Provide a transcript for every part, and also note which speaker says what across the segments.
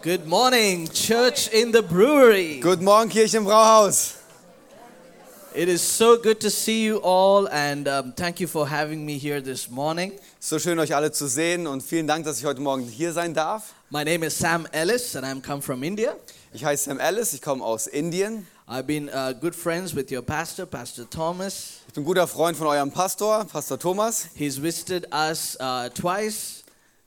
Speaker 1: Good morning, church in the brewery.
Speaker 2: Guten Morgen, Kirche im Brauhaus.
Speaker 1: It is so good to see you all, and um, thank you for having me here this morning.
Speaker 2: So schön, euch alle zu sehen und vielen Dank, dass ich heute Morgen hier sein darf.
Speaker 1: My name is Sam Ellis, and I'm come from India.
Speaker 2: Ich heiße Sam Ellis, ich komme aus Indien.
Speaker 1: I've been uh, good friends with your pastor, Pastor Thomas.
Speaker 2: Ich bin guter Freund von eurem Pastor, Pastor Thomas.
Speaker 1: He's visited us uh, twice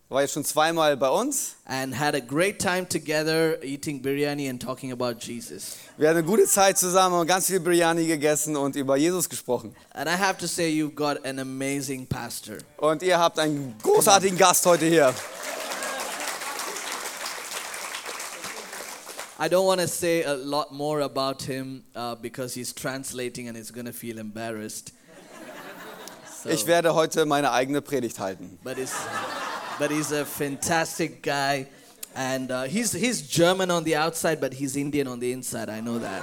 Speaker 2: Er war jetzt schon zweimal bei uns.
Speaker 1: and had a great time together eating biryani and talking about Jesus.
Speaker 2: Wir hatten eine gute Zeit zusammen, haben ganz viel Biryani gegessen und über Jesus gesprochen.
Speaker 1: And I have to say, you've got an amazing pastor.
Speaker 2: Und ihr habt einen großartigen Gast heute hier.
Speaker 1: I don't want to say a lot more about him uh, because he's translating and he's going to feel embarrassed. So-
Speaker 2: Ich werde heute meine eigene Predigt halten.
Speaker 1: but he's but he's a fantastic guy, and uh, he's he's German on the outside, but he's Indian on the inside. I know that.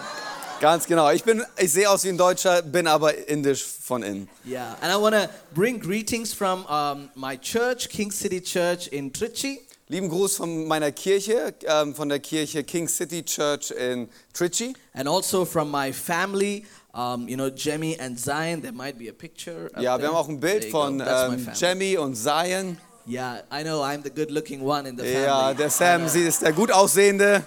Speaker 2: Ganz genau. Ich, bin, ich sehe aus wie ein Deutscher, bin aber indisch von innen.
Speaker 1: Yeah, and I want to bring greetings from um, my church, King City Church in Trichy.
Speaker 2: Lieben Gruß von meiner Kirche, ähm, von der Kirche King City Church in Trichy.
Speaker 1: And also from my family, um, you know, Jemmy and Zion. There might be a picture. up
Speaker 2: Ja, wir
Speaker 1: there.
Speaker 2: haben auch ein Bild
Speaker 1: There you go.
Speaker 2: von
Speaker 1: That's my
Speaker 2: ähm,
Speaker 1: family.
Speaker 2: Jamie und Zion.
Speaker 1: Yeah, I know. I'm the good-looking one in the family.
Speaker 2: Ja, der
Speaker 1: I know.
Speaker 2: Sam sie ist der gut aussehende.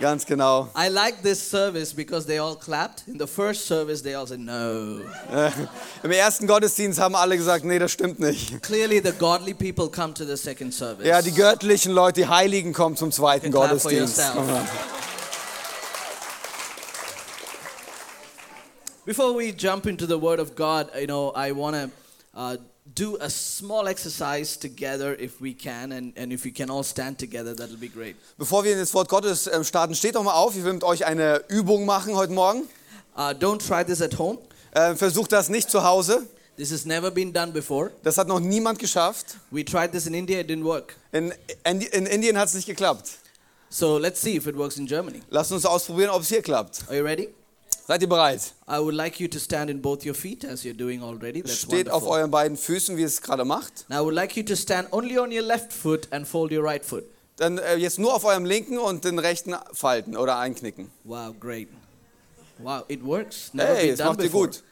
Speaker 2: Ganz genau.
Speaker 1: I like this service because they all clapped. In the first service, they all said no.
Speaker 2: Äh, Im ersten Gottesdienst haben alle gesagt, nee, das stimmt nicht.
Speaker 1: Clearly, the godly people come to the second service.
Speaker 2: Ja, die göttlichen Leute, die Heiligen kommen zum zweiten
Speaker 1: Clap for
Speaker 2: Gottesdienst.
Speaker 1: yourself. Before we jump into the Word of God, you know, I want to uh, do a small exercise together if we can, and, and if we can all stand together, that'll be great.
Speaker 2: Bevor wir in das Wort Gottes ähm, starten, steht doch mal auf, ich will mit euch eine Übung machen heute Morgen.
Speaker 1: Uh, don't try this at home.
Speaker 2: Äh, versucht das nicht zu Hause.
Speaker 1: This has never been done before.
Speaker 2: Das hat noch niemand geschafft.
Speaker 1: We tried this in India, it didn't work.
Speaker 2: In, in, in Indien hat es nicht geklappt.
Speaker 1: So let's see if it works in Germany.
Speaker 2: Lasst uns ausprobieren, ob es hier klappt.
Speaker 1: Are you ready?
Speaker 2: Seid ihr bereit?
Speaker 1: I would like you to stand in both your feet as you're doing already. That's
Speaker 2: Steht auf
Speaker 1: wonderful.
Speaker 2: euren beiden Füßen, wie ihr es gerade macht.
Speaker 1: Now I would like you to stand only on your left foot and fold your right foot.
Speaker 2: Dann äh, jetzt nur auf eurem linken und den rechten falten oder einknicken.
Speaker 1: Wow, great. Wow, it works. Never
Speaker 2: Hey,
Speaker 1: been
Speaker 2: es
Speaker 1: done
Speaker 2: macht ihr
Speaker 1: before.
Speaker 2: gut.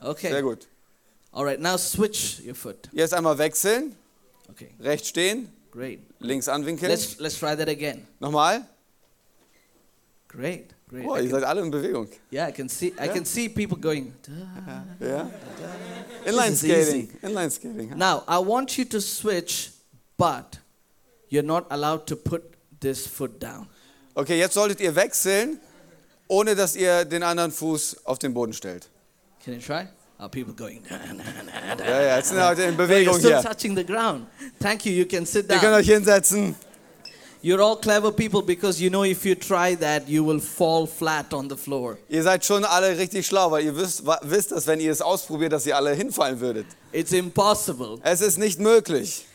Speaker 1: Okay.
Speaker 2: Sehr gut.
Speaker 1: All right, now switch your foot.
Speaker 2: Jetzt einmal wechseln,
Speaker 1: Okay,
Speaker 2: rechts stehen,
Speaker 1: great.
Speaker 2: links anwinkeln.
Speaker 1: Let's let's try that again.
Speaker 2: Nochmal.
Speaker 1: Great, great.
Speaker 2: Boah,
Speaker 1: I
Speaker 2: ihr
Speaker 1: can-
Speaker 2: seid alle in Bewegung.
Speaker 1: yeah, I can see I can see people going. "Duh."
Speaker 2: Uh-huh. Ja. Inline
Speaker 1: This is easy.
Speaker 2: Skating. Inline Skating.
Speaker 1: Now I want you to switch, but you're not allowed to put this foot down.
Speaker 2: Okay, jetzt solltet ihr wechseln, ohne dass ihr den anderen Fuß auf den Boden stellt.
Speaker 1: Can you try? Are people going? "Nah, nah, nah, nah."
Speaker 2: Ja, ja, jetzt sind Leute in
Speaker 1: You're
Speaker 2: Bewegung
Speaker 1: still
Speaker 2: hier.
Speaker 1: touching the ground. Thank you. You can sit
Speaker 2: Ihr könnt
Speaker 1: down.
Speaker 2: euch hinsetzen.
Speaker 1: You're all clever people because you know if you try that, you will fall flat on the floor.
Speaker 2: Ihr seid schon alle richtig schlau, weil ihr wisst, wa- wisst dass wenn ihr es ausprobiert, dass ihr alle hinfallen würdet.
Speaker 1: It's impossible.
Speaker 2: Es ist nicht möglich.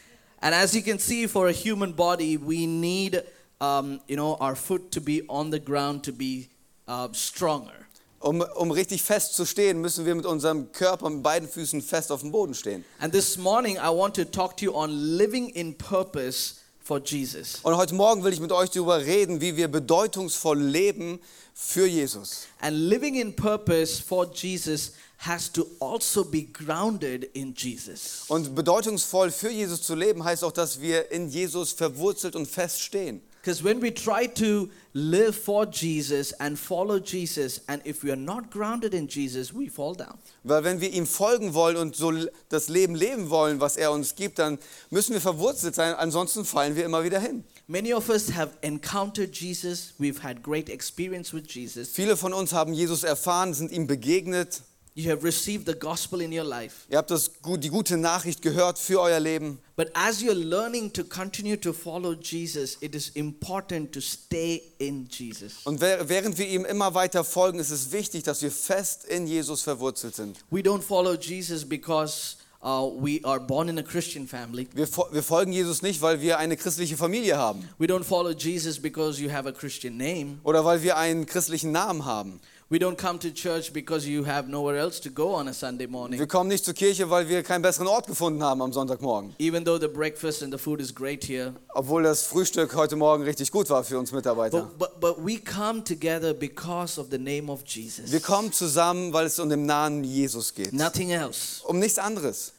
Speaker 1: And as you can see, for a human body, we need, um, you know, our foot to be on the ground to be uh, stronger.
Speaker 2: Um, um richtig fest zu stehen, müssen wir mit unserem Körper mit beiden Füßen fest auf dem Boden stehen.
Speaker 1: And this morning, I want to talk to you on living in purpose for Jesus.
Speaker 2: Und heute Morgen will ich mit euch darüber reden, wie wir bedeutungsvoll leben für Jesus.
Speaker 1: And living in purpose for Jesus has to also be grounded in Jesus.
Speaker 2: Und bedeutungsvoll für Jesus zu leben heißt auch, dass wir in Jesus verwurzelt und fest stehen.
Speaker 1: Because when we try to live for Jesus and follow Jesus, and if we are not grounded in Jesus, we fall down.
Speaker 2: Weil wenn wir ihm folgen wollen und so l- das Leben leben wollen, was er uns gibt, dann müssen wir verwurzelt sein, ansonsten fallen wir immer wieder hin.
Speaker 1: Many of us have encountered Jesus, we've had great experience with Jesus,
Speaker 2: Viele von uns haben Jesus erfahren, sind ihm begegnet
Speaker 1: You have received the gospel in your life.
Speaker 2: Ihr habt das, gut- die gute Nachricht gehört für euer Leben.
Speaker 1: But as you're learning to continue to follow Jesus, it is important to stay in Jesus.
Speaker 2: Und wer- während wir ihm immer weiter folgen, ist es wichtig, dass wir fest in Jesus verwurzelt sind.
Speaker 1: We don't follow Jesus because uh, we are born in a Christian family.
Speaker 2: Wir, fo- wir folgen Jesus nicht, weil wir eine christliche Familie haben
Speaker 1: We don't follow Jesus because you have a Christian name.
Speaker 2: oder weil wir einen christlichen Namen haben.
Speaker 1: We don't come to church because you have nowhere else to go on a Sunday morning.
Speaker 2: Wir kommen nicht zur Kirche, weil wir keinen besseren Ort gefunden haben am Sonntagmorgen,
Speaker 1: Even though the breakfast and the food is great here,
Speaker 2: obwohl das Frühstück heute Morgen richtig gut war für uns Mitarbeiter.
Speaker 1: but, but, but we come together because of the name of Jesus.
Speaker 2: Wir kommen zusammen, weil es um den Namen Jesus geht,
Speaker 1: Nothing else.
Speaker 2: um nichts anderes.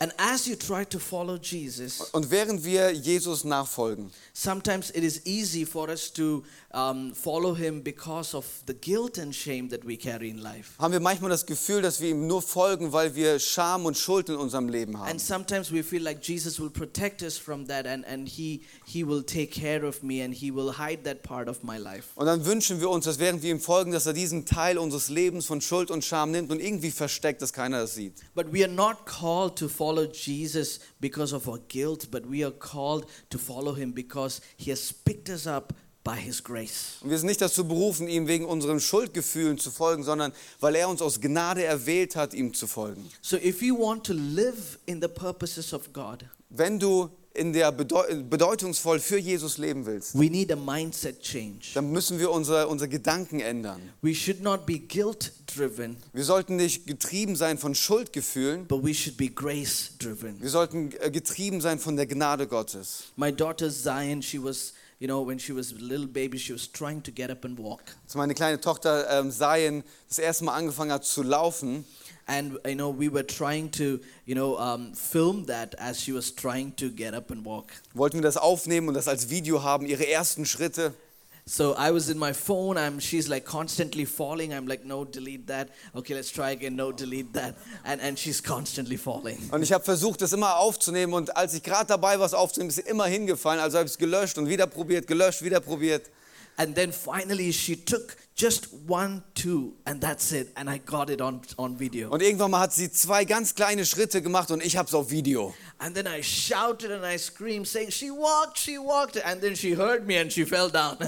Speaker 1: And as you try to follow Jesus,
Speaker 2: Und während wir Jesus nachfolgen,
Speaker 1: sometimes it is easy for us to um, follow him because of the guilt and shame that we carry in life.
Speaker 2: haben wir manchmal das Gefühl, dass wir ihm nur folgen, weil wir Scham und Schuld in unserem Leben haben.
Speaker 1: And sometimes we feel like Jesus will protect us from that and, and he, he will take care of me and He will hide that part of my life.
Speaker 2: Und dann wünschen wir uns, dass während wir ihm folgen, dass er diesen Teil unseres Lebens von Schuld und Scham nimmt und irgendwie versteckt, dass keiner das sieht.
Speaker 1: But we are not called to follow Jesus because of our guilt, but we are called to follow Him because He has picked us up by His grace.
Speaker 2: Und wir sind nicht dazu berufen, ihm wegen unseren Schuldgefühlen zu folgen, sondern weil er uns aus Gnade erwählt hat, ihm zu folgen.
Speaker 1: So if you want to live in the purposes of God,
Speaker 2: Wenn du in der Bedeu- bedeutungsvoll für Jesus leben willst,
Speaker 1: we need a mindset change.
Speaker 2: dann müssen wir unsere, unsere Gedanken ändern.
Speaker 1: We should not be guilt driven,
Speaker 2: Wir sollten nicht getrieben sein von Schuldgefühlen,
Speaker 1: but we should be grace driven.
Speaker 2: wir sollten äh, getrieben sein von der Gnade Gottes.
Speaker 1: My daughter Zion, she was, you know, when she was a little baby, she was trying to get up and walk.
Speaker 2: Als meine kleine Tochter ähm, Zion das erste Mal angefangen hat zu laufen,
Speaker 1: And you know, we were trying to, you know, um, film that as she was trying to get up and walk.
Speaker 2: wollten wir das aufnehmen und das als Video haben, ihre ersten Schritte.
Speaker 1: So I was in my phone. I'm she's like constantly falling. I'm like, no, delete that. Okay, let's try again. No, delete that. And and she's constantly falling.
Speaker 2: Und ich habe versucht, das immer aufzunehmen. Und als ich gerade dabei war, es aufzunehmen, ist sie immer hingefallen. Also habe ich es gelöscht und wieder probiert, gelöscht, wieder probiert.
Speaker 1: And then finally she took just one, two, and that's it. And I got it on on video.
Speaker 2: Und irgendwann mal hat sie zwei ganz kleine Schritte gemacht und ich habe es auf Video.
Speaker 1: And then I shouted and I screamed, saying, She walked, she walked. And then she heard me and she fell down.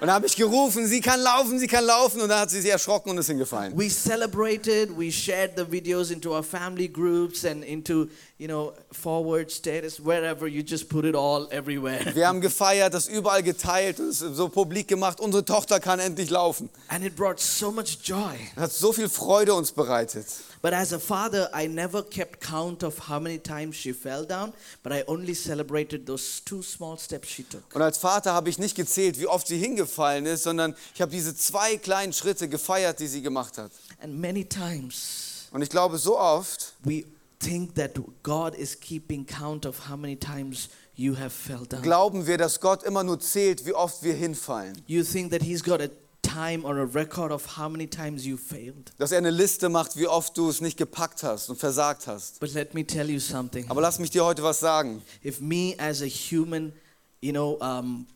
Speaker 2: Und da habe ich gerufen, sie kann laufen, sie kann laufen. Und dann hat sie sich erschrocken und ist hingefallen.
Speaker 1: we celebrated, we shared the videos into our family groups and into, you know, forward status, wherever you just put it all everywhere.
Speaker 2: Wir haben gefeiert, das überall geteilt und es so publik gemacht. Unsere Tochter kann endlich laufen.
Speaker 1: And it brought so much joy.
Speaker 2: Hat so viel Freude uns bereitet.
Speaker 1: But as a father, I never kept count of how many times she fell down, but I only celebrated those two small steps she took.
Speaker 2: Und als Vater habe ich nicht gezählt, wie oft sie hingefallen ist, sondern ich habe diese zwei kleinen Schritte gefeiert, die sie gemacht hat.
Speaker 1: And many times
Speaker 2: Und ich glaube, so oft
Speaker 1: we think that God is keeping count of how many times you have fell down.
Speaker 2: glauben wir, dass Gott immer nur zählt, wie oft wir hinfallen.
Speaker 1: You think that He's got a time or a record of how many times you failed.
Speaker 2: Dass er eine Liste macht, wie oft du es nicht gepackt hast und versagt hast.
Speaker 1: But let me tell you something.
Speaker 2: Aber lass mich dir heute was sagen.
Speaker 1: If me as a human, you know, um,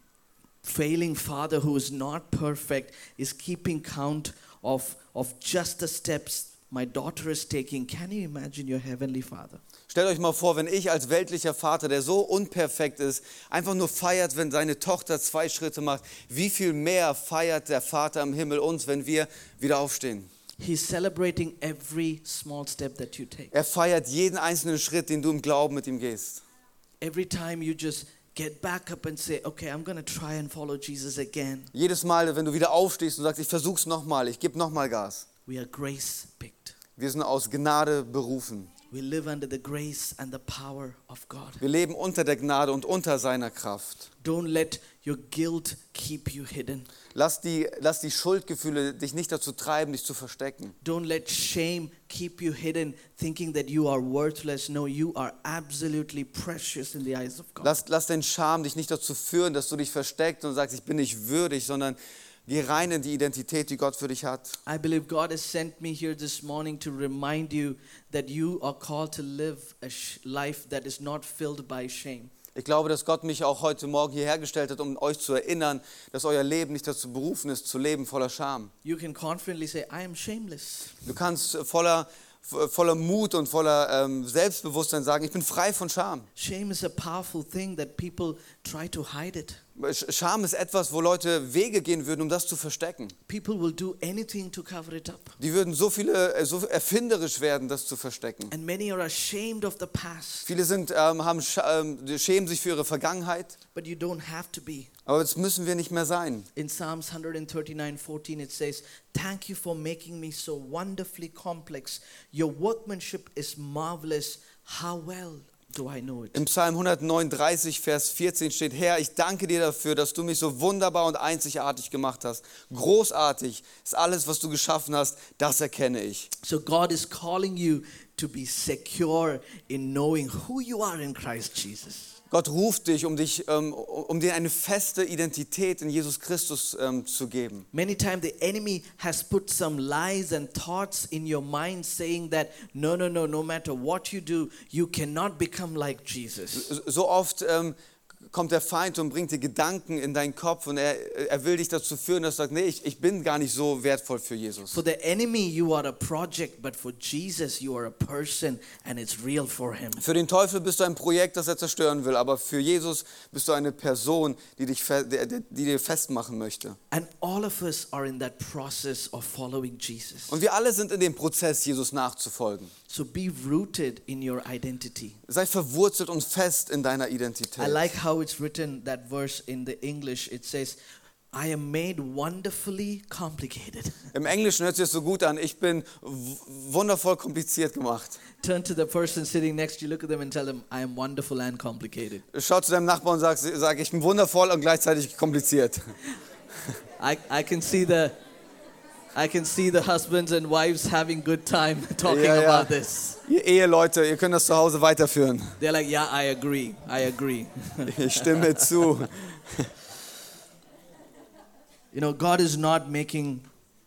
Speaker 1: failing father who is not perfect is keeping count of of just the steps my daughter is taking, can you imagine your heavenly father?
Speaker 2: Stellt euch mal vor, wenn ich als weltlicher Vater, der so unperfekt ist, einfach nur feiert, wenn seine Tochter zwei Schritte macht, wie viel mehr feiert der Vater im Himmel uns, wenn wir wieder aufstehen?
Speaker 1: He's celebrating every small step that you take.
Speaker 2: Er feiert jeden einzelnen Schritt, den du im Glauben mit ihm gehst.
Speaker 1: Every time you just get back up and say, "Okay, I'm going to try and follow Jesus again."
Speaker 2: Jedes Mal, wenn du wieder aufstehst und sagst, ich versuch's nochmal, ich gebe nochmal Gas.
Speaker 1: We are grace picked.
Speaker 2: Wir sind aus Gnade berufen.
Speaker 1: We live under the grace and the power of God.
Speaker 2: Wir leben unter der Gnade und unter seiner Kraft.
Speaker 1: Don't let your guilt keep you hidden.
Speaker 2: Lass die, lass die Schuldgefühle dich nicht dazu treiben, dich zu verstecken.
Speaker 1: Don't let shame keep you hidden, thinking that you are worthless. No, you are absolutely precious in the eyes of God.
Speaker 2: Lass, lass den Scham dich nicht dazu führen, dass du dich versteckst und sagst, ich bin nicht würdig, sondern geh rein in die Identität, die Gott für dich hat.
Speaker 1: I believe God has sent me here this morning to remind you that you are called to live a sh- life that is not filled by shame.
Speaker 2: Ich glaube, dass Gott mich auch heute Morgen hierher gestellt hat, um euch zu erinnern, dass euer Leben nicht dazu berufen ist, zu leben voller Scham.
Speaker 1: You can confidently say, I am shameless.
Speaker 2: Du kannst voller, voller Mut und voller ähm, Selbstbewusstsein sagen, ich bin frei von Scham.
Speaker 1: Shame is a powerful thing that people try to hide it.
Speaker 2: Sch- Scham ist etwas, wo Leute Wege gehen würden, um das zu verstecken.
Speaker 1: People will do anything to cover it up.
Speaker 2: Die würden so viele äh, so erfinderisch werden, das zu verstecken.
Speaker 1: And many are ashamed of the past,
Speaker 2: Viele sind, ähm, haben, Scha- ähm, die schämen sich für ihre Vergangenheit,
Speaker 1: but you don't have to be.
Speaker 2: aber das müssen wir nicht mehr sein.
Speaker 1: In Psalms 139 14, it says, Thank you for making me so wonderfully complex. Your workmanship is marvelous. How well do I know it?
Speaker 2: Im Psalm 139, Vers 14 steht, Herr, ich danke dir dafür, dass du mich so wunderbar und einzigartig gemacht hast. Großartig ist alles, was du geschaffen hast, das erkenne ich.
Speaker 1: So, God is calling you to be secure in knowing who you are in Christ Jesus.
Speaker 2: Gott ruft dich, um, dich, ähm, um dir eine feste Identität in Jesus Christus ähm, zu geben.
Speaker 1: Many times the enemy has put some lies and thoughts in your mind saying that no, no, no, no matter what you do, you cannot become like Jesus.
Speaker 2: So oft ähm, kommt der Feind und bringt dir Gedanken in deinen Kopf und er, er will dich dazu führen, dass du sagst, nee, ich, ich bin gar nicht so wertvoll für Jesus.
Speaker 1: For the enemy, you are a project, but for Jesus, you are a person, and it's real for him.
Speaker 2: Für den Teufel bist du ein Projekt, das er zerstören will, aber für Jesus bist du eine Person, die, dich fe der, der, die dir festmachen möchte.
Speaker 1: And all of us are in that process of following Jesus.
Speaker 2: Und wir alle sind in dem Prozess, Jesus nachzufolgen.
Speaker 1: So be rooted in your identity.
Speaker 2: Sei verwurzelt und fest in deiner
Speaker 1: I
Speaker 2: Identität.
Speaker 1: like how it's written that verse in the English. It says, I am made wonderfully complicated.
Speaker 2: Im Englischen hört sich das so gut an. Ich bin w- wundervoll kompliziert gemacht.
Speaker 1: Turn to the person sitting next to you, look at them, and tell them, I am wonderful and complicated.
Speaker 2: Schau zu deinem Nachbarn und sag, sag ich bin wundervoll und gleichzeitig kompliziert.
Speaker 1: I, I can see the. I can see the husbands and wives having good time talking
Speaker 2: Yeah, yeah.
Speaker 1: about this.
Speaker 2: Ihr Eheleute, ihr könnt das zu Hause weiterführen.
Speaker 1: They're like, yeah, I agree. I agree.
Speaker 2: Ich stimme zu.
Speaker 1: you know, God is not making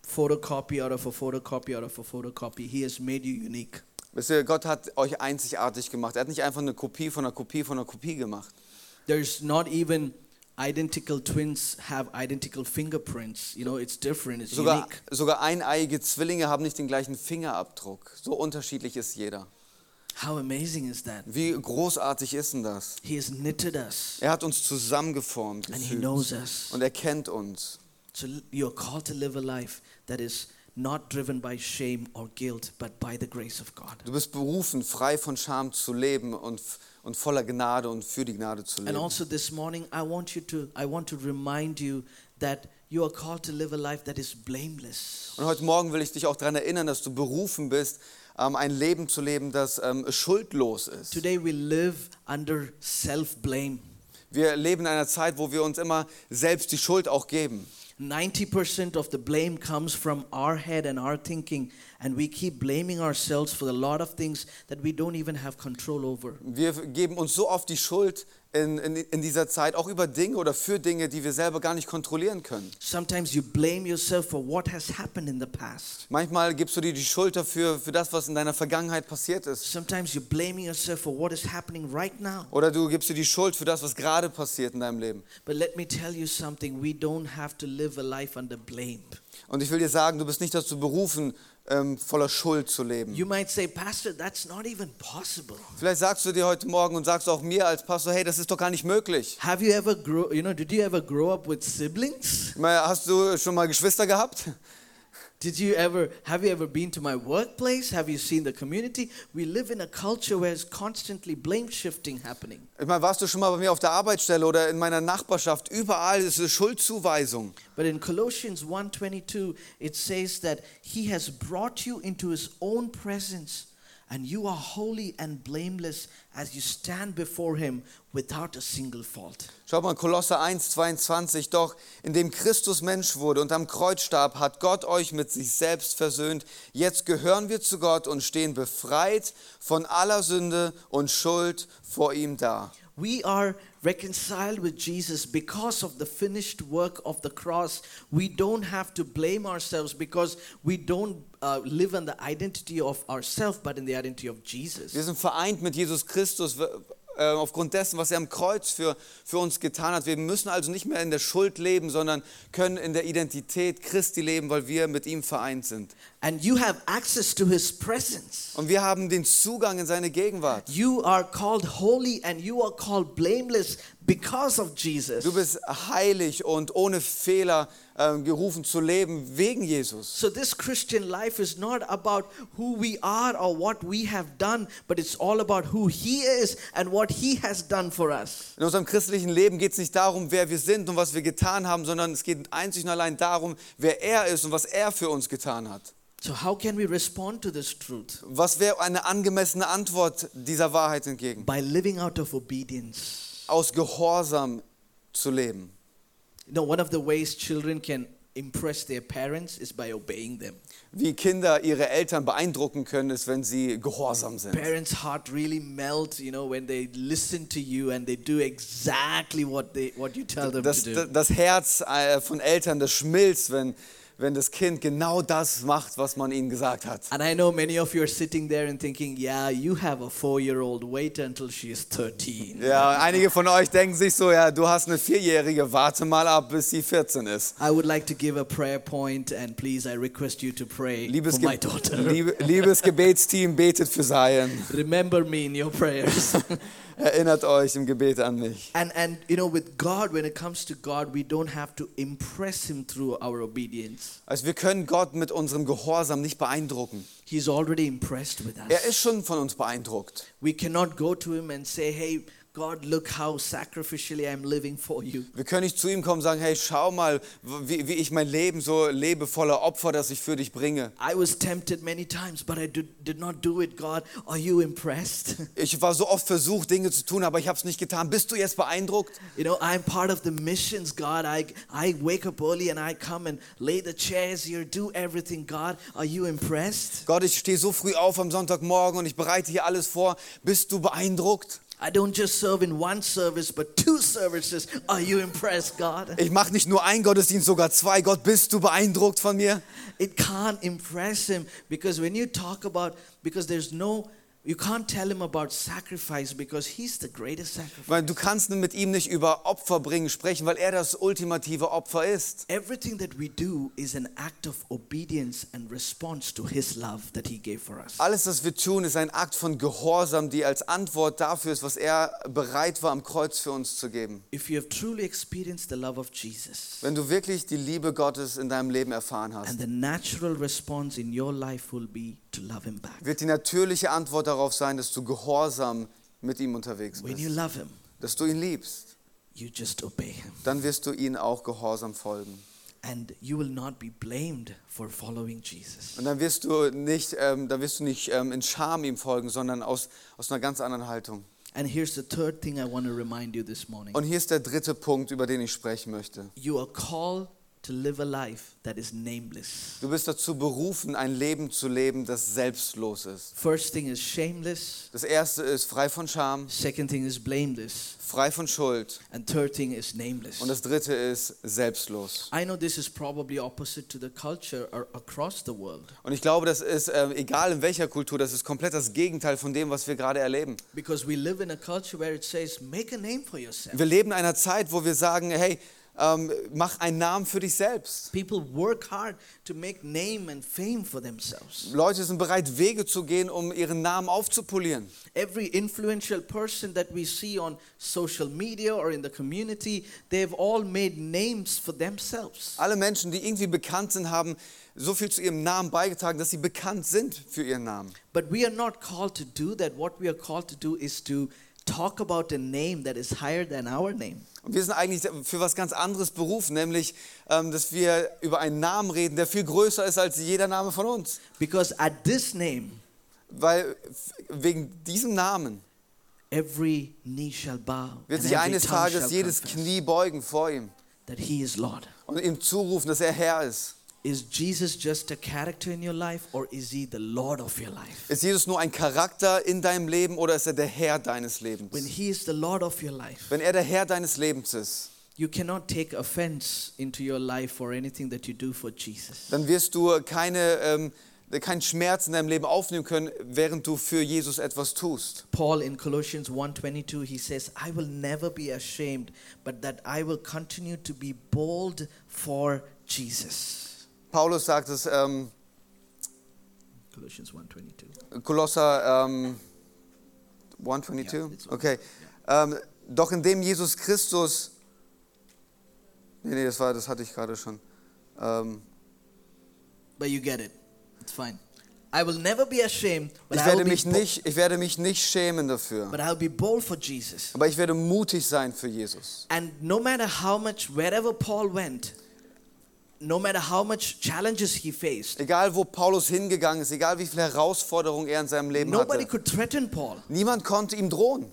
Speaker 1: photocopy out of a photocopy out of a photocopy. He has made you unique.
Speaker 2: Wisst ihr, Gott hat euch einzigartig gemacht. Er hat nicht einfach eine Kopie von einer Kopie von einer Kopie gemacht.
Speaker 1: There's not even identical twins have identical fingerprints. You know, it's different. It's
Speaker 2: Sogar,
Speaker 1: unique.
Speaker 2: sogar eineiige Zwillinge haben nicht den gleichen Fingerabdruck. So unterschiedlich ist jeder.
Speaker 1: How amazing is that?
Speaker 2: Wie großartig ist denn das?
Speaker 1: He has knitted us
Speaker 2: Er hat uns zusammengeformt
Speaker 1: and he
Speaker 2: gefügt.
Speaker 1: knows us.
Speaker 2: und er kennt uns.
Speaker 1: So l- you're called to live a life that is not driven by shame or guilt, but by the grace of God.
Speaker 2: Du bist berufen, frei von Scham zu leben und, f- und voller Gnade und für die Gnade zu
Speaker 1: And
Speaker 2: leben.
Speaker 1: also this morning, I want you to, I want to remind you that you are called to live a life that is blameless.
Speaker 2: Und heute Morgen will ich dich auch daran erinnern, dass du berufen bist, ähm, ein Leben zu leben, das ähm, schuldlos ist.
Speaker 1: Today we live under self-blame.
Speaker 2: Wir leben in einer Zeit, wo wir uns immer selbst die Schuld auch geben.
Speaker 1: 90% of the blame comes from our head and our thinking, and we keep blaming ourselves for a lot of things that we don't even have control over.
Speaker 2: Wir geben uns so oft die Schuld in, in, in dieser Zeit, auch über Dinge oder für Dinge, die wir selber gar nicht kontrollieren können.
Speaker 1: Sometimes you blame yourself for what has happened in the past.
Speaker 2: Manchmal gibst du dir die Schuld dafür, für das, was in deiner Vergangenheit passiert ist.
Speaker 1: Sometimes you're blaming yourself for what is happening right now.
Speaker 2: Oder du gibst dir die Schuld für das, was gerade passiert in deinem Leben.
Speaker 1: But let me tell you something we don't have to live a life under blame.
Speaker 2: Und ich will dir sagen, du bist nicht dazu berufen, ähm, voller Schuld zu leben.
Speaker 1: You might say, Pastor, that's not even possible.
Speaker 2: Vielleicht sagst du dir heute Morgen und sagst auch mir als Pastor, hey, das ist doch gar nicht möglich.
Speaker 1: Have you ever grow? You know, did you ever grow up with siblings?
Speaker 2: Ich meine, Hast du schon mal Geschwister gehabt?
Speaker 1: Did you ever? Have you ever been to my workplace? Have you seen the community? We live in a culture where it's constantly blame shifting happening.
Speaker 2: Ich meine, warst du schon mal bei mir auf der Arbeitsstelle oder in meiner Nachbarschaft? Überall ist eine Schuldzuweisung.
Speaker 1: But in Colossians 1:22, it says that He has brought you into His own presence, and you are holy and blameless as you stand before Him without a single fault.
Speaker 2: Schaut mal, Kolosser 1, 22. Doch, indem Christus Mensch wurde und am Kreuz starb, hat Gott euch mit sich selbst versöhnt. Jetzt gehören wir zu Gott und stehen befreit von aller Sünde und Schuld vor ihm da.
Speaker 1: We are reconciled with Jesus because of the finished work of the cross. We don't have to blame ourselves because we don't uh, live in the identity of ourselves, but in the identity of Jesus.
Speaker 2: Wir sind vereint mit Jesus Christus, w- äh, aufgrund dessen, was er am Kreuz für, für uns getan hat. Wir müssen also nicht mehr in der Schuld leben, sondern können in der Identität Christi leben, weil wir mit ihm vereint sind.
Speaker 1: And you have access to his presence.
Speaker 2: Und wir haben den Zugang in seine Gegenwart.
Speaker 1: You are called holy and you are called blameless because of Jesus.
Speaker 2: Du bist heilig und ohne Fehler ähm, gerufen zu leben wegen Jesus.
Speaker 1: So this Christian life is not about who we are or what we have done, but it's all about who he is and what he has done for us.
Speaker 2: In unserem christlichen Leben geht es nicht darum, wer wir sind und was wir getan haben, sondern es geht einzig und allein darum, wer er ist und was er für uns getan hat.
Speaker 1: So how can we respond to this truth?
Speaker 2: Was wäre eine angemessene Antwort dieser Wahrheit entgegen?
Speaker 1: By living out of obedience.
Speaker 2: Aus Gehorsam zu leben.
Speaker 1: You know, one of the ways children can impress their parents is by obeying them.
Speaker 2: Wie Kinder ihre Eltern beeindrucken können, ist, wenn sie gehorsam sind.
Speaker 1: Parents' heart really melts, you know, when they listen to you and they do exactly what they what you tell them
Speaker 2: Das,
Speaker 1: to do.
Speaker 2: das Herz äh, von Eltern, das schmilzt, wenn, wenn das Kind genau das macht, was man ihnen gesagt hat.
Speaker 1: And I know many of you are sitting there and thinking, yeah, you have a four-year-old. Wait until she is 13.
Speaker 2: Ja, einige von euch denken sich so, ja, du hast eine Vierjährige, warte mal ab, bis sie 14 ist.
Speaker 1: I would like to give a prayer point, and please, I request you to pray
Speaker 2: Liebes,
Speaker 1: for my
Speaker 2: Ge-
Speaker 1: daughter.
Speaker 2: Liebe, liebes Gebetsteam, betet für Zion.
Speaker 1: Remember me in your prayers.
Speaker 2: Erinnert euch im Gebet an mich.
Speaker 1: and and you know, with God, when it comes to God, we don't have to impress Him through our obedience.
Speaker 2: Also wir können Gott mit unserem Gehorsam nicht beeindrucken.
Speaker 1: He's already impressed with
Speaker 2: Er
Speaker 1: us.
Speaker 2: ist schon von uns beeindruckt.
Speaker 1: We cannot go to Him and say, "Hey, God, look how sacrificially I'm living for you."
Speaker 2: Wir können nicht zu ihm kommen und sagen, hey, schau mal, wie, wie ich mein Leben so lebe, voller Opfer, das ich für dich bringe.
Speaker 1: I was tempted many times, but I did, did not do it. God, are you impressed?
Speaker 2: Ich war so oft versucht, Dinge zu tun, aber ich habe es nicht getan. Bist du jetzt beeindruckt?
Speaker 1: You know, I'm part of the missions, God. I, I wake up early and I come and lay the chairs here, do everything. God, are you impressed?
Speaker 2: Gott, ich stehe so früh auf am Sonntagmorgen und ich bereite hier alles vor. Bist du beeindruckt?
Speaker 1: I don't just serve in one service, but two services. Are you impressed, God?
Speaker 2: Ich mache nicht nur einen Gottesdienst, sogar zwei. Gott, bist du beeindruckt von mir?
Speaker 1: It can't impress him because when you talk about, because there's no, you can't tell him about sacrifice because he's the greatest sacrifice.
Speaker 2: Weil du kannst mit ihm nicht über Opfer bringen sprechen, weil er das ultimative Opfer ist.
Speaker 1: Everything that we do is an act of obedience and response to his love that he gave for us.
Speaker 2: Alles, was wir tun, ist ein Akt von Gehorsam, die als Antwort dafür ist, was er bereit war, am Kreuz für uns zu geben.
Speaker 1: If you have truly experienced the love of Jesus,
Speaker 2: Wenn du wirklich die Liebe Gottes in deinem Leben erfahren
Speaker 1: And
Speaker 2: hast,
Speaker 1: the natural response in your life will be to love him back.
Speaker 2: wird die natürliche Antwort darauf sein, dass du gehorsam mit ihm unterwegs
Speaker 1: When you
Speaker 2: bist.
Speaker 1: love him,
Speaker 2: Dass du ihn liebst,
Speaker 1: you just obey him.
Speaker 2: dann wirst du ihn auch gehorsam folgen.
Speaker 1: And you will not be blamed for following Jesus.
Speaker 2: Und dann wirst du nicht, ähm, dann wirst du nicht ähm, in Scham ihm folgen, sondern aus, aus einer ganz anderen Haltung.
Speaker 1: And here's the third thing I want to remind you this morning
Speaker 2: Und hier ist der dritte Punkt, über den ich sprechen möchte.
Speaker 1: you are called to live a life that is nameless.
Speaker 2: Du bist dazu berufen, ein Leben zu leben, das selbstlos ist.
Speaker 1: First thing is shameless,
Speaker 2: Das erste ist frei von Scham,
Speaker 1: second thing is blameless,
Speaker 2: frei von Schuld
Speaker 1: and third thing is nameless.
Speaker 2: und das dritte ist selbstlos.
Speaker 1: I know this is probably opposite to the culture or across the world
Speaker 2: Und ich glaube, das ist, ähm, egal in welcher Kultur, das ist komplett das Gegenteil von dem, was wir gerade erleben.
Speaker 1: because we live in a culture where it says, make a name for yourself.
Speaker 2: Wir leben in einer Zeit, wo wir sagen, hey, ähm, mach einen Namen für dich selbst.
Speaker 1: People work hard to make name and fame for themselves.
Speaker 2: Leute sind bereit, Wege zu gehen, um ihren Namen aufzupolieren.
Speaker 1: Every influential person that we see on social media or in the community, they've all made names for themselves.
Speaker 2: Alle Menschen, die irgendwie bekannt sind, haben so viel zu ihrem Namen beigetragen, dass sie bekannt sind für ihren Namen.
Speaker 1: But we are not called to do that. What we are called to do is to talk about a name that is higher than our name.
Speaker 2: Und wir sind eigentlich für was ganz anderes berufen, nämlich, ähm, dass wir über einen Namen reden, der viel größer ist als jeder Name von uns.
Speaker 1: Because at this name,
Speaker 2: Weil f- wegen diesem Namen
Speaker 1: every knee shall bow. and
Speaker 2: wird sich
Speaker 1: every
Speaker 2: eines
Speaker 1: tongue shall
Speaker 2: Tages jedes
Speaker 1: confess
Speaker 2: Knie beugen vor ihm
Speaker 1: That he is Lord.
Speaker 2: und ihm zurufen, dass er Herr ist.
Speaker 1: Is Jesus just a character in your life or is he the Lord of your life?
Speaker 2: Ist Jesus nur ein Charakter in deinem Leben oder ist er der Herr deines
Speaker 1: When
Speaker 2: Lebens?
Speaker 1: he is the Lord of your life,
Speaker 2: Wenn er der Herr deines Lebens ist,
Speaker 1: you cannot take offense into your life for anything that you do for Jesus.
Speaker 2: dann wirst du keine ähm, keinen Schmerz in deinem Leben aufnehmen können, während du für Jesus etwas tust.
Speaker 1: Paul in Colossians 1:22 he says, "I will never be ashamed, but that I will continue to be bold for Jesus."
Speaker 2: Paulus sagt es, ähm,
Speaker 1: Colossians 1:22.
Speaker 2: Kolosser ähm, 122,
Speaker 1: Ja, it's-
Speaker 2: okay. Ähm, doch indem Jesus Christus, nee, nee, das, war, das hatte ich gerade schon. Ähm,
Speaker 1: But you get it. It's fine. I will never be ashamed, but
Speaker 2: ich,
Speaker 1: I will
Speaker 2: werde
Speaker 1: be
Speaker 2: mich
Speaker 1: bo-
Speaker 2: nicht, ich werde mich nicht schämen dafür,
Speaker 1: but I'll be bold for Jesus.
Speaker 2: aber ich werde mutig sein für Jesus.
Speaker 1: And no matter how much wherever Paul went, no matter how much challenges he faced,
Speaker 2: Egal wo Paulus hingegangen ist, egal wie viele Herausforderungen er in seinem Leben
Speaker 1: nobody
Speaker 2: hatte,
Speaker 1: could threaten Paul.
Speaker 2: niemand konnte ihm drohen,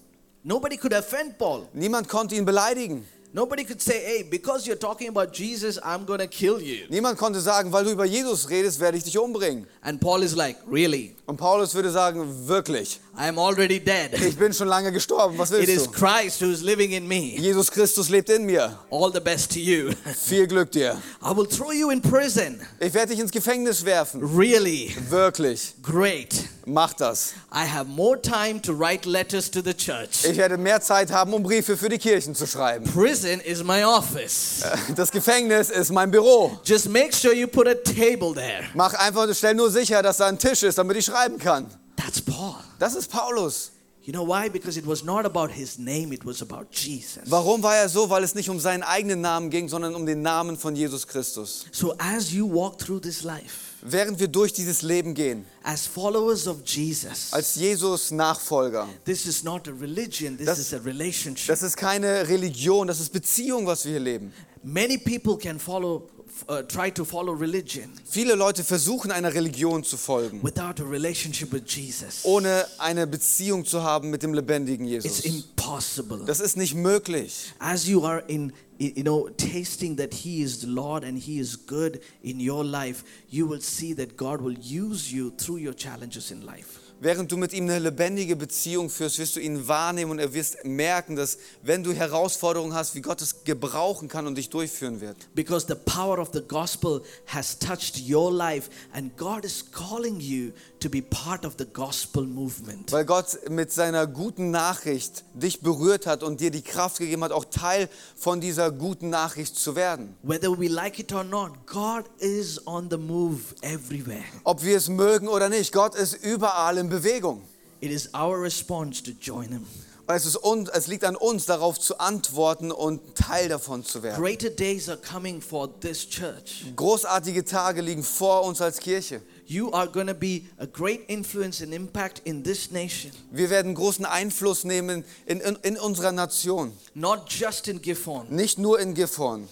Speaker 1: Nobody could offend Paul.
Speaker 2: niemand konnte ihn beleidigen,
Speaker 1: Nobody could say, "Hey, because you're talking about Jesus, I'm going to kill you."
Speaker 2: niemand konnte sagen, weil du über Jesus redest, werde ich dich umbringen.
Speaker 1: And Paul is like, "Really?
Speaker 2: Und Paulus würde sagen, wirklich,
Speaker 1: I'm already dead.
Speaker 2: ich bin schon lange gestorben, was
Speaker 1: It
Speaker 2: willst
Speaker 1: is
Speaker 2: du?
Speaker 1: Christ who's living in me.
Speaker 2: Jesus Christus lebt in mir.
Speaker 1: All the best to you.
Speaker 2: Viel Glück dir.
Speaker 1: I will throw you in prison.
Speaker 2: Ich werde dich ins Gefängnis werfen.
Speaker 1: Really?
Speaker 2: Wirklich.
Speaker 1: Great.
Speaker 2: Mach das.
Speaker 1: I have more time to write letters to the church.
Speaker 2: Ich werde mehr Zeit haben, um Briefe für die Kirchen zu schreiben.
Speaker 1: Prison is my office.
Speaker 2: Das Gefängnis ist mein Büro.
Speaker 1: Just make sure you put a table there.
Speaker 2: Mach einfach, stell nur sicher, dass da ein Tisch ist, damit ich schreiben kann.
Speaker 1: That's Paul.
Speaker 2: Das ist Paulus.
Speaker 1: You know why? Because it was not about his name, it was about Jesus.
Speaker 2: Warum war er so? Weil es nicht um seinen eigenen Namen ging, sondern um den Namen von Jesus Christus.
Speaker 1: So, as you walk through this life,
Speaker 2: Während wir durch dieses Leben gehen,
Speaker 1: as followers of Jesus,
Speaker 2: als Jesus Nachfolger,
Speaker 1: this is not a religion, this
Speaker 2: Das-
Speaker 1: is a relationship.
Speaker 2: das ist keine Religion, das ist Beziehung, was wir hier leben.
Speaker 1: Many people can follow, uh, try to follow religion
Speaker 2: Viele Leute versuchen einer Religion zu folgen.
Speaker 1: without a relationship with Jesus.
Speaker 2: ohne eine Beziehung zu haben mit dem lebendigen
Speaker 1: It's
Speaker 2: Jesus.
Speaker 1: impossible.
Speaker 2: Das ist nicht möglich.
Speaker 1: As you are in, you know, tasting that He is the Lord and He is good in your life, you will see that God will use you through your challenges in life.
Speaker 2: Während du mit ihm eine lebendige Beziehung führst, wirst du ihn wahrnehmen und er wirst merken, dass wenn du Herausforderungen hast, wie Gott es gebrauchen kann und dich durchführen wird.
Speaker 1: Because the power of the gospel has touched your life, and God is calling you to be part of the gospel movement.
Speaker 2: Weil Gott mit seiner guten Nachricht dich berührt hat und dir die Kraft gegeben hat, auch Teil von dieser guten Nachricht zu werden.
Speaker 1: Whether we like it or not, God is on the move everywhere.
Speaker 2: Ob wir es mögen oder nicht, Gott ist überall in Bewegung.
Speaker 1: It is our response to join Him.
Speaker 2: Und es, ist un es liegt an uns, darauf zu antworten und Teil davon zu werden.
Speaker 1: Greater days are coming for this church.
Speaker 2: Großartige Tage liegen vor uns als Kirche.
Speaker 1: You are going to be a great influence and impact in this nation,
Speaker 2: Wir werden großen Einfluss nehmen in, in, in unserer Nation,
Speaker 1: not just in Gifhorn,
Speaker 2: nicht nur in Gifhorn,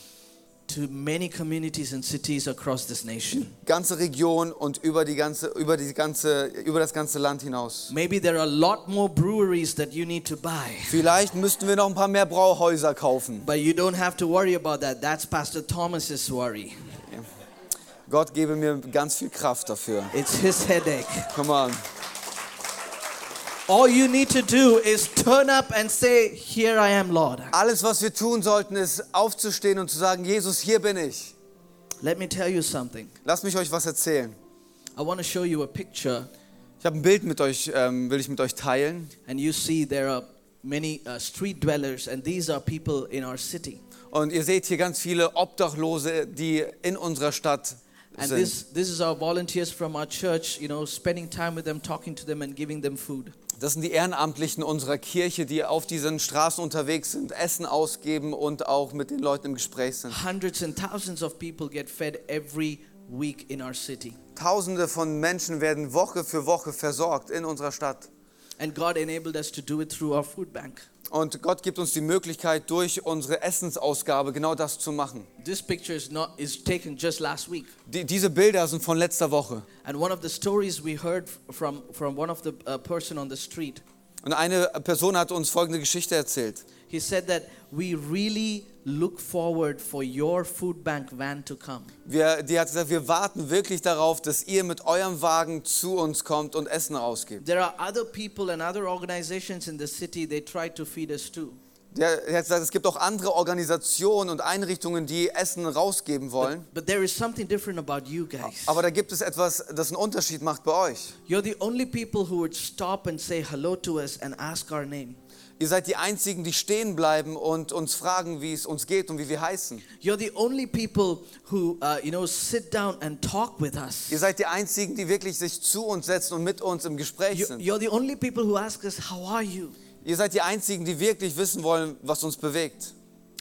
Speaker 1: to many communities and cities across this nation.
Speaker 2: ganze Region und über, die ganze, über, die ganze, über das ganze Land hinaus.
Speaker 1: Maybe there are a lot more breweries that you need to buy,
Speaker 2: Vielleicht müssten wir noch ein paar mehr Brauhäuser kaufen.
Speaker 1: but you don't have to worry about that. That's Pastor Thomas's worry.
Speaker 2: Gott gebe mir ganz viel Kraft dafür.
Speaker 1: It's his headache.
Speaker 2: Come on.
Speaker 1: All you need to do is turn up and say, "Here I am, Lord."
Speaker 2: Alles, was wir tun sollten, ist aufzustehen und zu sagen, Jesus, hier bin ich.
Speaker 1: Let me tell you something.
Speaker 2: Lasst mich euch was erzählen.
Speaker 1: I want to show you a picture
Speaker 2: Ich habe ein Bild mit euch, ähm, will ich mit euch teilen.
Speaker 1: and you see there are many uh, street dwellers and these are people in our city.
Speaker 2: Und ihr seht hier ganz viele Obdachlose, die in unserer Stadt
Speaker 1: And
Speaker 2: sind.
Speaker 1: this, this is our volunteers from our church, you know, spending time with them, talking to them, and giving them food.
Speaker 2: Das sind die Ehrenamtlichen unserer Kirche, die auf diesen Straßen unterwegs sind, Essen ausgeben und auch mit den Leuten im Gespräch sind.
Speaker 1: Hundreds and thousands of people get fed every week in our city.
Speaker 2: Tausende von Menschen werden Woche für Woche versorgt in unserer Stadt.
Speaker 1: And God enabled us to do it through our food bank.
Speaker 2: Und Gott gibt uns die Möglichkeit, durch unsere Essensausgabe genau das zu machen.
Speaker 1: This picture is, not, is taken just last week.
Speaker 2: Die, diese Bilder sind von letzter Woche.
Speaker 1: And one of the stories we heard f- from, from one of the uh, person on the street,
Speaker 2: Und eine Person hat uns folgende Geschichte erzählt.
Speaker 1: he said that we really look forward for your food bank van to come.
Speaker 2: Wir, die hat gesagt, wir warten wirklich darauf, dass ihr mit eurem Wagen zu uns kommt und Essen rausgibt.
Speaker 1: There are other people and other organizations in the city, they try to feed us too.
Speaker 2: Der, der hat gesagt, es gibt auch andere Organisationen und Einrichtungen, die Essen rausgeben wollen.
Speaker 1: But there is something different about you guys.
Speaker 2: Aber da gibt es etwas, das einen Unterschied macht bei euch.
Speaker 1: You're the only people who would stop and say hello to us and ask our name.
Speaker 2: Ihr seid die Einzigen, die stehen bleiben und uns fragen, wie es uns geht und wie wir heißen.
Speaker 1: You're the only people who, uh, you know, sit down and talk with us.
Speaker 2: Ihr seid die Einzigen, die wirklich sich zu uns setzen und mit uns im Gespräch
Speaker 1: You-
Speaker 2: sind.
Speaker 1: You're the only people who ask us, How are you?
Speaker 2: Ihr seid die Einzigen, die wirklich wissen wollen, was uns bewegt.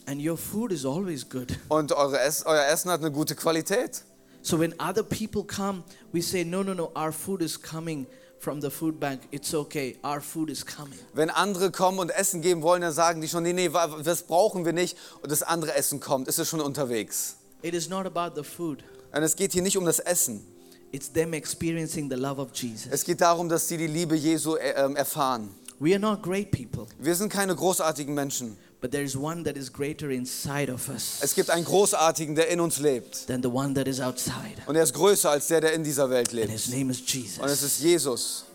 Speaker 1: And your food is always good.
Speaker 2: Und eure Ess euer Essen hat eine gute Qualität.
Speaker 1: So when other people come, we say, No, no, no, our food is coming from the food bank. It's okay, our food is coming.
Speaker 2: Wenn andere kommen und Essen geben wollen, dann sagen die schon, nee, nee, wa- das brauchen wir nicht. Und das andere Essen kommt, ist es schon unterwegs.
Speaker 1: It is not about the food,
Speaker 2: Und es geht hier nicht um das Essen.
Speaker 1: it's them experiencing the love of Jesus.
Speaker 2: Es geht darum, dass sie die Liebe Jesu äh, ähm, erfahren.
Speaker 1: We are not great people,
Speaker 2: Wir sind keine großartigen Menschen.
Speaker 1: but there is one that is greater inside of us
Speaker 2: Es gibt einen Großartigen, der in uns lebt.
Speaker 1: than the one that is outside.
Speaker 2: Und er ist größer als der, der in dieser Welt
Speaker 1: And
Speaker 2: lebt.
Speaker 1: his name is
Speaker 2: Und es
Speaker 1: Jesus.
Speaker 2: ist Jesus.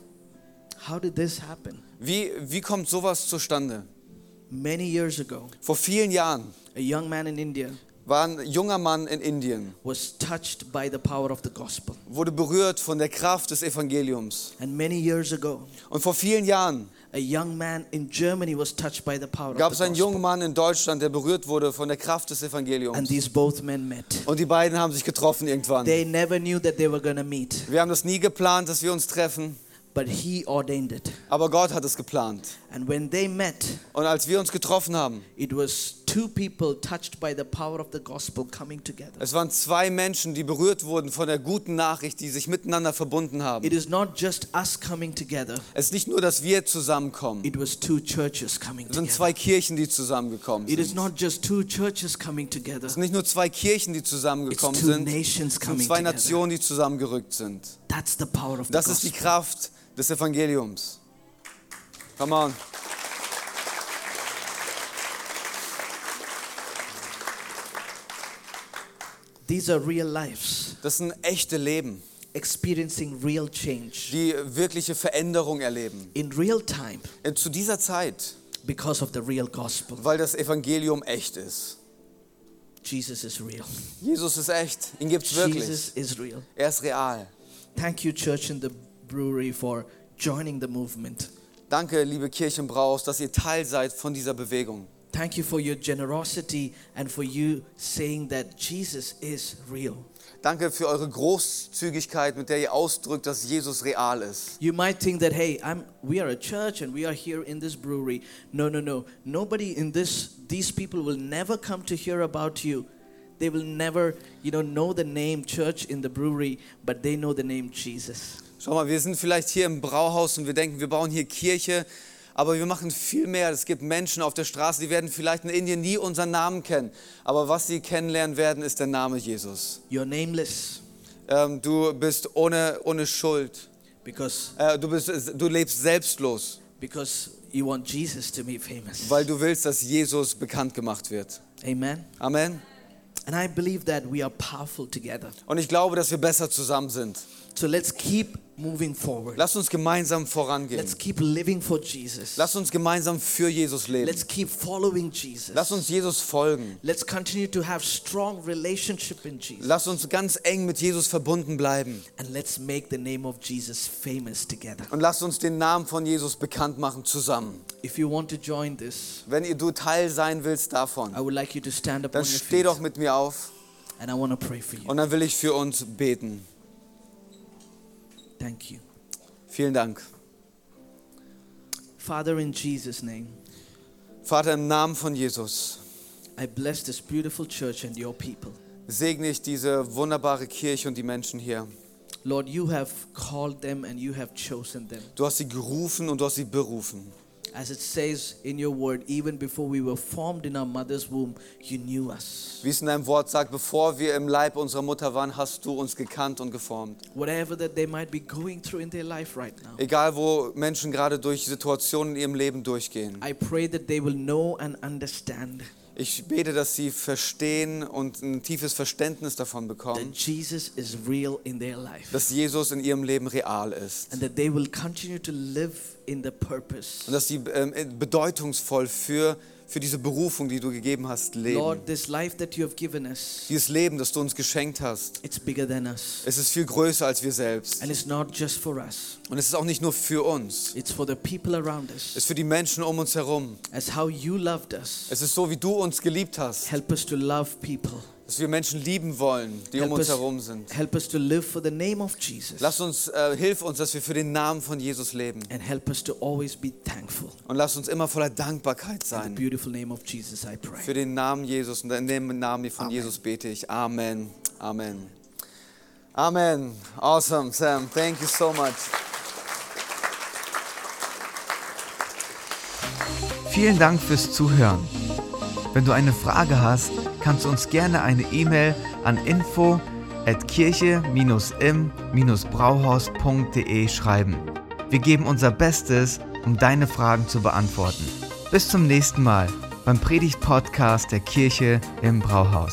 Speaker 1: How did this happen?
Speaker 2: Wie, wie kommt sowas zustande?
Speaker 1: Many years ago,
Speaker 2: Vor vielen Jahren
Speaker 1: a young man in India
Speaker 2: war ein junger Mann in Indien,
Speaker 1: was touched by the power of the gospel.
Speaker 2: wurde berührt von der Kraft des Evangeliums.
Speaker 1: And many years ago,
Speaker 2: Und vor vielen Jahren
Speaker 1: a young man in Germany was touched by the power
Speaker 2: gab
Speaker 1: of
Speaker 2: es
Speaker 1: the
Speaker 2: einen
Speaker 1: gospel.
Speaker 2: jungen Mann in Deutschland, der berührt wurde von der Kraft des
Speaker 1: And
Speaker 2: Evangeliums.
Speaker 1: these both men met.
Speaker 2: Und die beiden haben sich getroffen irgendwann.
Speaker 1: They never knew that they were going to meet,
Speaker 2: Wir haben das nie geplant, dass wir uns treffen,
Speaker 1: but he ordained it.
Speaker 2: aber Gott hat es geplant.
Speaker 1: And when they met,
Speaker 2: Und als wir uns getroffen haben,
Speaker 1: it was two people touched by the power of the gospel coming together.
Speaker 2: es waren zwei Menschen, die berührt wurden von der guten Nachricht, die sich miteinander verbunden
Speaker 1: It
Speaker 2: haben.
Speaker 1: is not just us coming together,
Speaker 2: Es ist nicht nur, dass wir zusammenkommen.
Speaker 1: it was two churches coming
Speaker 2: Es sind
Speaker 1: together.
Speaker 2: zwei Kirchen, die zusammengekommen
Speaker 1: It is
Speaker 2: sind.
Speaker 1: not just two churches coming together,
Speaker 2: Es sind nicht nur zwei Kirchen, die
Speaker 1: it's
Speaker 2: zusammengekommen
Speaker 1: two
Speaker 2: sind.
Speaker 1: nations
Speaker 2: Es sind
Speaker 1: coming
Speaker 2: zwei
Speaker 1: together.
Speaker 2: Nationen, die zusammengerückt sind.
Speaker 1: That's the power of the
Speaker 2: Das ist die
Speaker 1: gospel.
Speaker 2: Kraft des Evangeliums. Come on.
Speaker 1: These are real lives
Speaker 2: Das sind echte Leben,
Speaker 1: experiencing real change
Speaker 2: die wirkliche Veränderung erleben.
Speaker 1: in real time
Speaker 2: Äh, Zu dieser Zeit,
Speaker 1: because of the real gospel.
Speaker 2: weil das Evangelium echt ist.
Speaker 1: Jesus is real.
Speaker 2: Jesus ist echt, ihn gibt's wirklich.
Speaker 1: Jesus is real.
Speaker 2: Er ist real.
Speaker 1: Thank you, Church in the Brewery, for joining the movement.
Speaker 2: Danke, liebe Kirchenbraus, dass ihr Teil seid von dieser Bewegung.
Speaker 1: Thank you for your generosity and for you saying that Jesus is real.
Speaker 2: Danke für eure Großzügigkeit, mit der ihr ausdrückt, dass Jesus real ist.
Speaker 1: You might think that, hey, I'm, we are a church and we are here in this brewery. No, no, no. Nobody in this, these people will never come to hear about you. They will never, you know, know the name church in the brewery, but they know the name Jesus.
Speaker 2: Schau mal, wir sind vielleicht hier im Brauhaus und wir denken, wir bauen hier Kirche, aber wir machen viel mehr. Es gibt Menschen auf der Straße, die werden vielleicht in Indien nie unseren Namen kennen, aber was sie kennenlernen werden, ist der Name Jesus.
Speaker 1: You're nameless
Speaker 2: Ähm, du bist ohne, ohne Schuld.
Speaker 1: because,
Speaker 2: Äh, du, bist, du lebst selbstlos,
Speaker 1: because you want Jesus to be famous.
Speaker 2: weil du willst, dass Jesus bekannt gemacht wird.
Speaker 1: Amen.
Speaker 2: Amen.
Speaker 1: And I believe that we are powerful together.
Speaker 2: Und ich glaube, dass wir besser zusammen sind.
Speaker 1: So let's keep moving forward.
Speaker 2: Lass uns gemeinsam vorangehen.
Speaker 1: Let's keep living for Jesus.
Speaker 2: Lass uns gemeinsam für Jesus leben.
Speaker 1: Let's keep following
Speaker 2: Lass
Speaker 1: Jesus.
Speaker 2: uns Jesus folgen.
Speaker 1: Let's continue to have strong relationship in Jesus.
Speaker 2: Lass uns ganz eng mit Jesus verbunden bleiben.
Speaker 1: And let's make the name of Jesus famous together.
Speaker 2: Und lass uns den Namen von Jesus bekannt machen zusammen.
Speaker 1: If you want to join this,
Speaker 2: Wenn ihr du Teil sein willst davon,
Speaker 1: I would like you to stand up on
Speaker 2: dann
Speaker 1: your
Speaker 2: steh
Speaker 1: feet.
Speaker 2: doch mit mir auf
Speaker 1: And I want to pray for you.
Speaker 2: und dann will ich für uns beten.
Speaker 1: Thank you.
Speaker 2: Vielen Dank.
Speaker 1: Father, in Jesus' name,
Speaker 2: Vater, im Namen von Jesus
Speaker 1: I bless this beautiful church and your people.
Speaker 2: segne ich diese wunderbare Kirche und die Menschen hier.
Speaker 1: Lord, you have called them and you have chosen them.
Speaker 2: Du hast sie gerufen und du hast sie berufen.
Speaker 1: As it says in your word, even before we were formed in our mother's womb, you knew us.
Speaker 2: Wie es in deinem Wort sagt, bevor wir im Leib unserer Mutter waren, hast du uns gekannt und geformt.
Speaker 1: Whatever that they might be going through in their life right now,
Speaker 2: Egal, wo Menschen gerade durch Situationen in ihrem Leben durchgehen.
Speaker 1: I pray that they will know and understand
Speaker 2: Ich bete, dass sie verstehen und ein tiefes Verständnis davon
Speaker 1: that
Speaker 2: bekommen,
Speaker 1: Jesus is real in their life
Speaker 2: dass Jesus in ihrem Leben real ist.
Speaker 1: and that they will continue to live in the purpose
Speaker 2: Und dass sie ähm, bedeutungsvoll für, für diese Berufung, die du gegeben hast, leben.
Speaker 1: Lord, this life that you have given us,
Speaker 2: Dieses Leben, das du uns geschenkt hast,
Speaker 1: it's bigger than us.
Speaker 2: es ist viel größer als wir selbst.
Speaker 1: And it's not just for us,
Speaker 2: Und es ist auch nicht nur für uns,
Speaker 1: it's for the people around
Speaker 2: es
Speaker 1: us.
Speaker 2: ist für die Menschen um uns herum.
Speaker 1: As how you loved us,
Speaker 2: Es ist so, wie du uns geliebt hast,
Speaker 1: help us to love people.
Speaker 2: dass wir Menschen lieben wollen, die um
Speaker 1: Help
Speaker 2: uns
Speaker 1: us,
Speaker 2: herum sind.
Speaker 1: help us to live for the name of Jesus.
Speaker 2: Lass uns, äh, hilf uns, dass wir für den Namen von Jesus leben.
Speaker 1: And help us to always be thankful.
Speaker 2: Und lass uns immer voller Dankbarkeit
Speaker 1: In the
Speaker 2: sein.
Speaker 1: beautiful name of Jesus, I pray.
Speaker 2: Für den Namen Jesus und in dem Namen von
Speaker 1: Amen.
Speaker 2: Jesus bete ich. Amen. Amen. Amen. Awesome, Sam. Thank you so much.
Speaker 3: Vielen Dank fürs Zuhören. Wenn du eine Frage hast, kannst du uns gerne eine E-Mail an info at kirche-im-brauhaus.de schreiben. Wir geben unser Bestes, um deine Fragen zu beantworten. Bis zum nächsten Mal beim Predigt-Podcast der Kirche im Brauhaus.